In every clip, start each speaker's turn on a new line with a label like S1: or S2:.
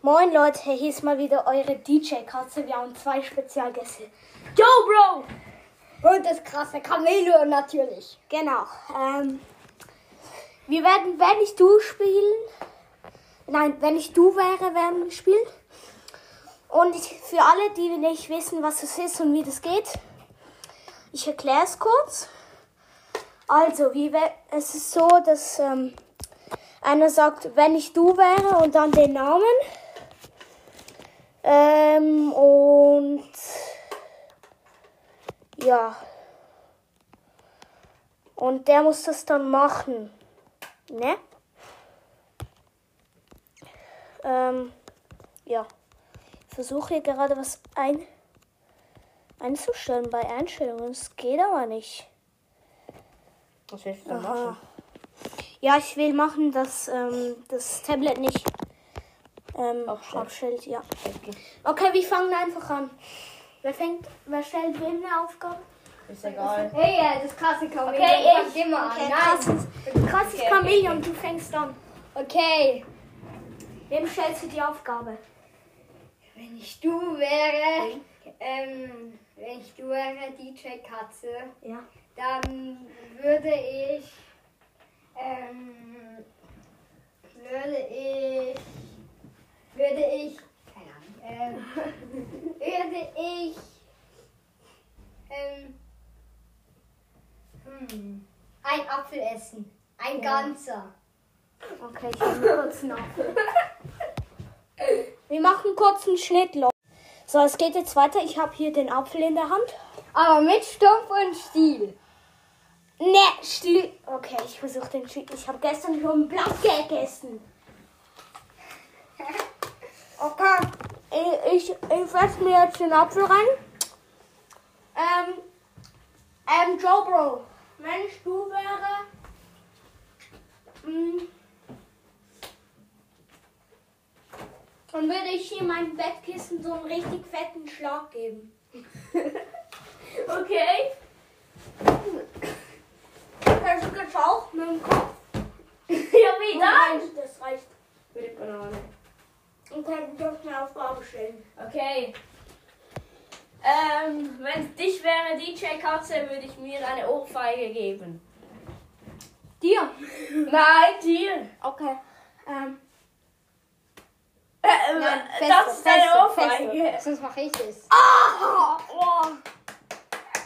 S1: Moin Leute, hier ist mal wieder eure DJ-Katze. Wir haben zwei Spezialgäste. Yo, Bro!
S2: Und das krasse Camelo natürlich.
S1: Genau. Ähm, wir werden, wenn ich du spielen. Nein, wenn ich du wäre, werden wir spielen. Und ich, für alle, die nicht wissen, was es ist und wie das geht, ich erkläre es kurz. Also, wie wär, es ist so, dass ähm, einer sagt, wenn ich du wäre und dann den Namen. Ähm, und ja. Und der muss das dann machen. Ne? Ähm, ja. Ich versuche hier gerade was ein einzustellen bei Einstellungen. Es geht aber nicht.
S2: Was willst du da
S1: Aha.
S2: machen?
S1: Ah. Ja, ich will machen, dass ähm, das Tablet nicht ähm,
S2: Abstellt.
S1: abstellt. Ja. Okay, wir fangen einfach an. Wer fängt, wer stellt wem eine Aufgabe?
S2: Ist egal.
S3: Hey, äh, das krasse Kamel.
S1: Okay,
S3: fang
S1: ich.
S3: den mal
S1: Okay,
S3: an.
S1: krasses, krasses
S3: Okay, okay,
S1: Chamäleon, du fängst an.
S3: Nein. Okay,
S1: Wem stellst du die Aufgabe?
S3: wenn ich du wäre, ähm, wenn ich du wäre DJ Katze,
S1: Ja.
S3: dann würde ich, ähm, würde ich, würde ich, keine Ahnung, ähm, würde ich, ähm, hm, ein Apfel essen. Ein ganzer.
S1: Okay, ich mache kurz nach. Wir machen kurz einen Schnitt, Leute. So, es geht jetzt weiter. Ich habe hier den Apfel in der Hand.
S3: Aber mit Stumpf und Stiel.
S1: Ne, Stiel. Okay, ich versuche den Stiel. Ich habe gestern nur ein Blatt gegessen. Okay, Äh, ich, ich, ich fress mir jetzt den Apfel rein. Ähm, ähm, Joe Bro, wenn ich du wäre, hm, mh, dann würde ich hier meinem Bettkissen so einen richtig fetten Schlag geben. okay? Hast du geschaut mit dem Kopf? ja, wie dann? Das reicht.
S2: Mit Banane.
S1: Und dann dürfen wir Aufgabe stellen.
S4: Okay. Ähm, wenn es dich wäre, DJ Katze, würde ich mir eine Ohrfeige geben.
S1: Dir?
S4: Nein, dir.
S1: Okay. Ähm,
S4: Äh, äh,
S3: Nein,
S4: das ist deine Ohrfeige.
S3: Sonst mache ich es.
S1: ah! Oh.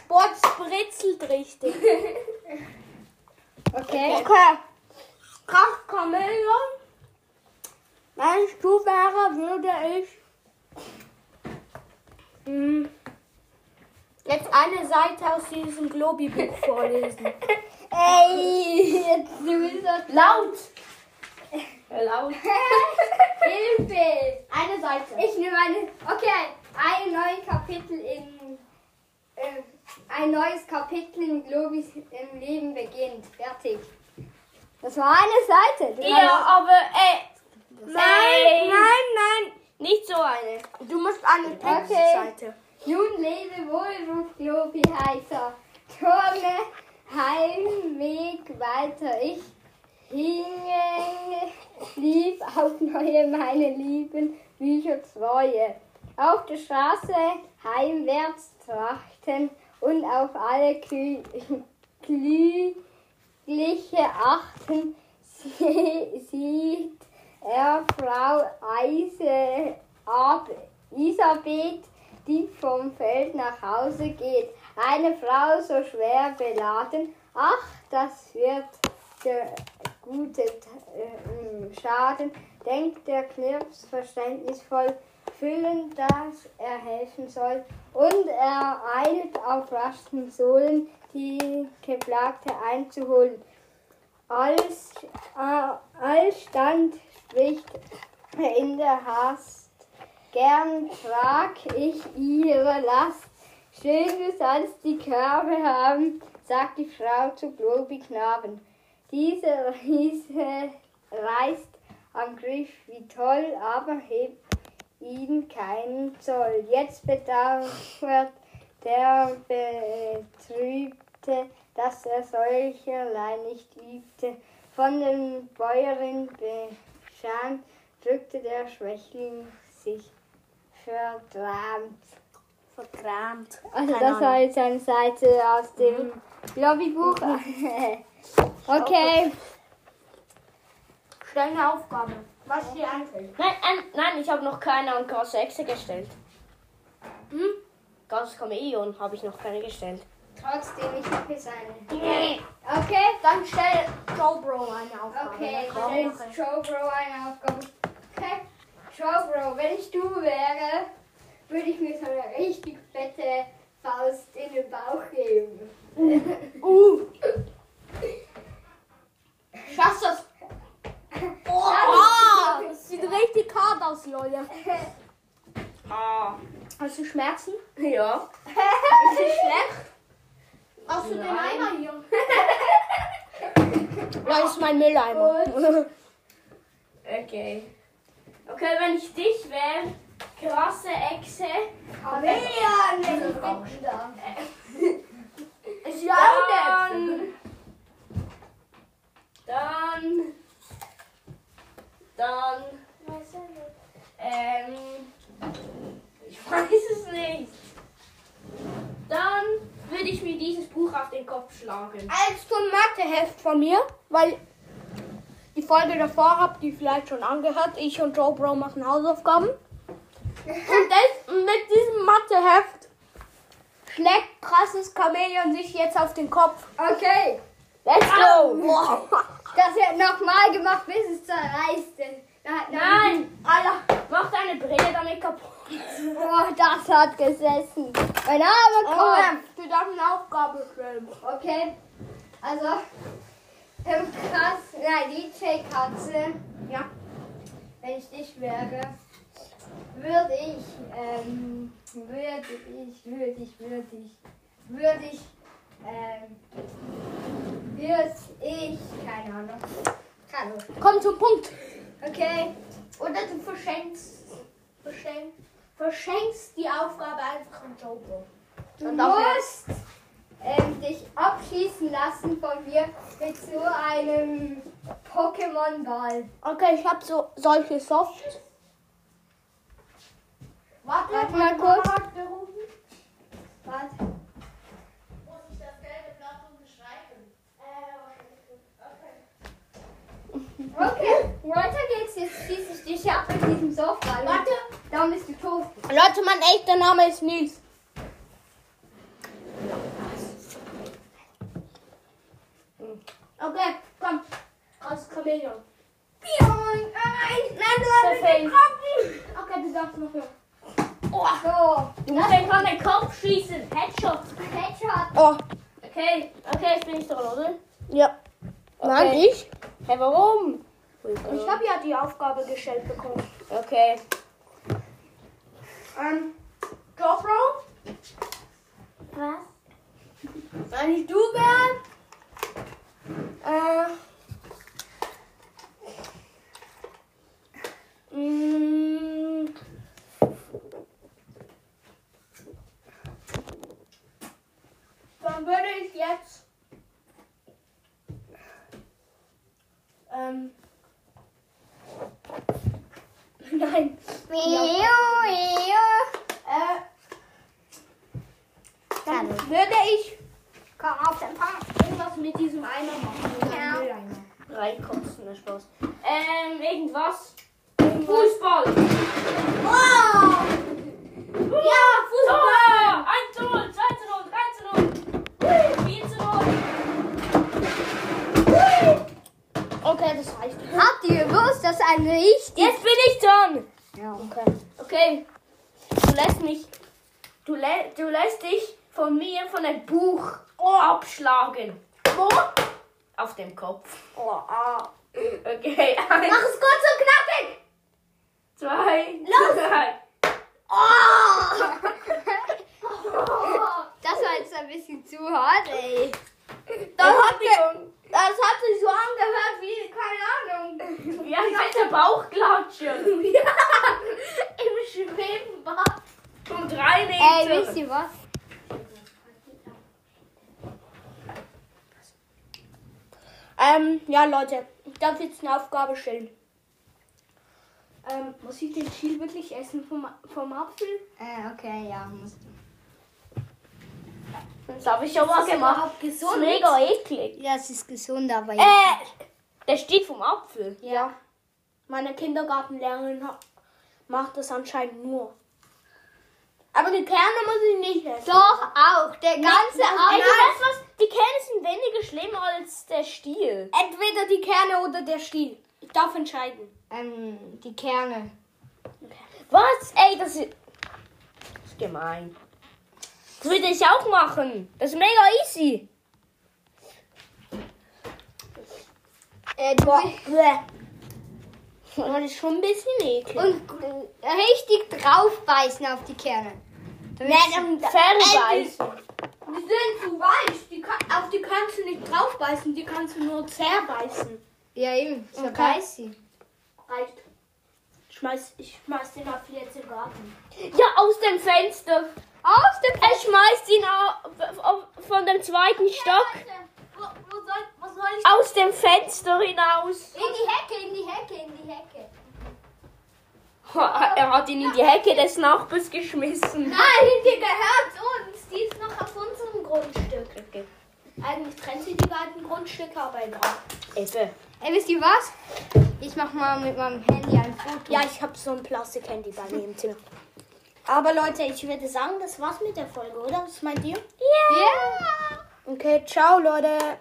S1: Boah, das britzelt richtig.
S3: Okay.
S1: Okay. Krass Chamäleon. Wenn ich du wäre, würde ich. Hm, Jetzt eine Seite aus diesem Globi-Buch vorlesen.
S3: Ey, jetzt du bist das
S4: Laut. Äh, Laut.
S3: Hilfe.
S1: Eine Seite.
S3: Ich nehme eine. Okay, ein neues Kapitel in. Äh, ein neues Kapitel in Globis im Leben beginnt. Fertig.
S2: Das war eine Seite.
S4: Ja, aber äh,
S1: nein, nein,
S4: nicht so eine.
S1: nein. Du musst eine Textseite.
S3: Nun lebe wohl, ruft Globi heiser. Turne Heimweg weiter. Ich hinge lieb auf neue meine lieben Bücher zweue. Auf der Straße heimwärts trachten und auf alle Klü glückliche achten. Sie sieht er Frau Eise ab Elisabeth die vom Feld nach Hause geht. Eine Frau so schwer beladen, ach, das wird der gute äh, Schaden, denkt der Knirps verständnisvoll, füllen, dass er helfen soll. Und er eilt auf raschen Sohlen, die Geplagte einzuholen. Als, äh, Allstand spricht in der Hast. Gern trag ich ihre Last. Schön bis als die Körbe haben, sagt die Frau zu Globi Knaben. Diese Riese reißt am Griff wie toll, aber hebt ihn keinen Zoll. Jetzt bedauert der Betrübte, dass er solcherlei nicht übte. Von den Bäuerin beschämt drückte der Schwächling sich verdammt.
S1: Verkramt.
S3: Also
S1: Keine Mhm.
S3: das war jetzt eine Seite aus dem Lobbybuch. okay.
S4: Stell eine Aufgabe. Was dir einfällt. Nein, ähm, nein, ich habe noch keine an Kasse Exe gestellt.
S1: Hm?
S4: Gas Chameleon habe ich noch keine gestellt.
S3: Trotzdem, ich habe jetzt eine.
S1: Okay, dann stell Joe Bro eine Aufgabe.
S3: Okay,
S1: Dann
S3: dann
S1: komm.
S3: ist Showbro eine Aufgabe. Okay. Showbro, wenn ich du wäre, würde ich mir so eine richtig fette Faust in den Bauch geben.
S1: Uh. Schaffst du das? Oh, das sieht richtig hart aus, Leute.
S4: Ah.
S1: Hast du Schmerzen?
S4: Ja.
S1: Ist es schlecht? Hast du den Eimer hier?
S4: Da ist mein Mülleimer. okay. Okay, wenn ich dich wäre, krasse Echse.
S3: Chameleon!
S1: Ist ja
S4: Dann. Dann. Dann. Ähm. Ich weiß es nicht. Dann würde ich mir dieses Buch auf den Kopf schlagen.
S1: Als zum Matheheft von mir, weil die Folge davor habt ihr vielleicht schon angehört. Ich und Joe Bro machen Hausaufgaben. Und das, mit diesem Matheheft schlägt krasses Chamäleon sich jetzt auf den Kopf.
S3: Okay,
S1: Let's go! Wow.
S3: das wird nochmal gemacht, bis es zerreißt. Nein,
S4: Nein! Alter, mach deine Brille damit kaputt.
S3: Boah, das hat gesessen. Mein Name
S1: Oh.
S3: kommt.
S1: du darfst eine Aufgabe stellen.
S3: Okay, also, ähm, krass, nein, DJ Katze.
S1: Ja.
S3: Wenn ich dich wäre, würde ich, ähm, würde ich, würde ich, würde ich, würde ich, ähm, würde ich, keine Ahnung. Keine Ahnung.
S1: Komm zum Punkt.
S3: Okay,
S1: Oder du verschenkst, verschenkst, verschenkst die Aufgabe einfach an Joe Bro.
S3: du
S1: Dann darf er-
S3: musst ähm, dich abschießen lassen von mir mit so einem Pokémon-Ball.
S1: Okay, ich hab so solche Soft. Warte,
S3: Warte
S1: meine
S3: mal kurz.
S1: Mama hat gerufen.
S3: Warte. Okay, weiter geht's. Jetzt schieße ich dich ab mit diesem Sofa. Warte, dann bist du tot.
S1: Leute, mein echter Name ist Nils. Okay, komm. Aus Chameleon.
S3: Nein, nein,
S1: hast mich
S3: getroffen.
S1: Okay, du darfst noch hören.
S3: So,
S4: Du musst den von den Kopf schießen. Headshot.
S3: Headshot.
S1: Oh,
S4: Okay, okay, jetzt bin ich dran, oder?
S1: ja. Nein, ich?
S4: Hey, warum?
S1: Ich habe ja die Aufgabe gestellt bekommen.
S4: Okay.
S1: Ähm, Joffro?
S3: Was?
S1: Wenn ich du wär, äh, mm, dann würde ich jetzt, ähm, nein, äh, dann würde ich
S3: Komm auf den Park.
S4: Irgendwas mit diesem Eimer machen. wo du
S3: Ja.
S4: Mülleimer Reinkommst, ne Spaß. Ähm, irgendwas. Fußball.
S1: Oh!
S4: Ja, Fußball. 1 zu 0, 2 zu 0, 3 zu 0, 4 zu 0.
S1: Okay, das reicht.
S3: Habt ihr gewusst, dass ein richtig.
S4: Jetzt bin ich dran.
S3: Ja, okay.
S4: Okay. Du lässt mich. Du, lä du lässt dich von mir von einem Buch abschlagen.
S1: Oh. Wo?
S4: Auf dem Kopf.
S1: Oh, ah.
S4: Okay, eins,
S1: Mach es kurz und knackig!
S4: zwei, drei.
S1: Oh!
S3: Das war jetzt ein bisschen zu hart, ey.
S1: Das hat, ge- das hat sich so angehört wie, keine Ahnung,
S4: Wie ein fetter Bauchklatsche.
S1: im Schwimmbad.
S4: Um drei
S3: Ey,
S4: Meter.
S3: wisst ihr was?
S1: Ähm, ja, Leute, ich darf jetzt eine Aufgabe stellen.
S4: Ähm, muss ich den Schiel wirklich essen vom, vom Apfel?
S3: Äh, okay, ja, musst du.
S4: Das habe ich schon mal gemacht. Das ist mega eklig.
S3: Ja, es ist gesund, aber
S4: Äh, der steht vom Apfel.
S1: Ja. Meine Kindergartenlehrerin hat, macht das anscheinend nur. Aber die Kerne muss ich nicht essen.
S3: Doch, auch. Der ganze
S4: Ey, du
S3: Apfel.
S4: weißt was? Die Kerne sind weniger schlimm als der Stiel.
S1: Entweder die Kerne oder der Stiel. Ich darf entscheiden.
S3: Ähm, die Kerne.
S4: Was? Ey, das ist. Das ist gemein. Das würde ich auch machen. Das ist mega easy.
S3: Äh, du,
S4: Das ist schon ein bisschen eklig.
S3: und äh, richtig draufbeißen auf die Kerne.
S4: Und verbeißen.
S1: Die sind zu weich. Die kann, auf die kannst du nicht draufbeißen, die kannst du nur zerbeißen.
S3: Ja, eben. Verbeiß sie.
S1: Reicht. Schmeiß, ich schmeiß den Apfel jetzt im Garten.
S4: Ja, aus dem Fenster. Aus dem Fenster. Er schmeißt ihn au- auf- von dem zweiten Stock
S3: Wo, soll, wo soll ich?
S4: aus dem Fenster hinaus.
S3: In die Hecke, in die Hecke, in die Hecke.
S4: Ha, Er hat ihn in die Hecke des Nachbars geschmissen.
S1: Nein, die gehört uns. Die ist noch auf unserem Grundstück. Eigentlich trennt sie die beiden Grundstücke, aber egal.
S4: Eben.
S3: Ey, wisst ihr was? Ich mach mal mit meinem Handy ein Foto.
S1: Ja, ich habe so ein Plastik-Handy bei mir im Zimmer. Aber Leute, ich würde sagen, das war's mit der Folge, oder? Was meint ihr?
S3: Ja.
S1: Okay, ciao, Leute.